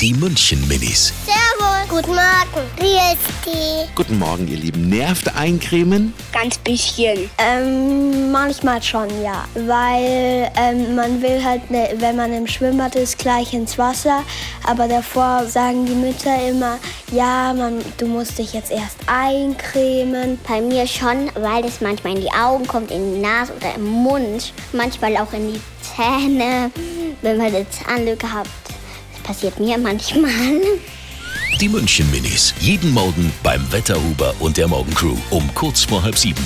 Die München Minis. Servus. Guten Morgen. Wie ist die? Guten Morgen, ihr Lieben. Nervt eincremen? Ganz bisschen. Ähm, manchmal schon, ja. Weil ähm, man will halt, ne, wenn man im Schwimmbad ist, gleich ins Wasser. Aber davor sagen die Mütter immer, ja, man, du musst dich jetzt erst eincremen. Bei mir schon, weil es manchmal in die Augen kommt, in die Nase oder im Mund. Manchmal auch in die Zähne, wenn man eine Zahnlücke hat. Das passiert mir manchmal. Die München Minis. Jeden Morgen beim Wetterhuber und der Morgencrew um kurz vor halb sieben.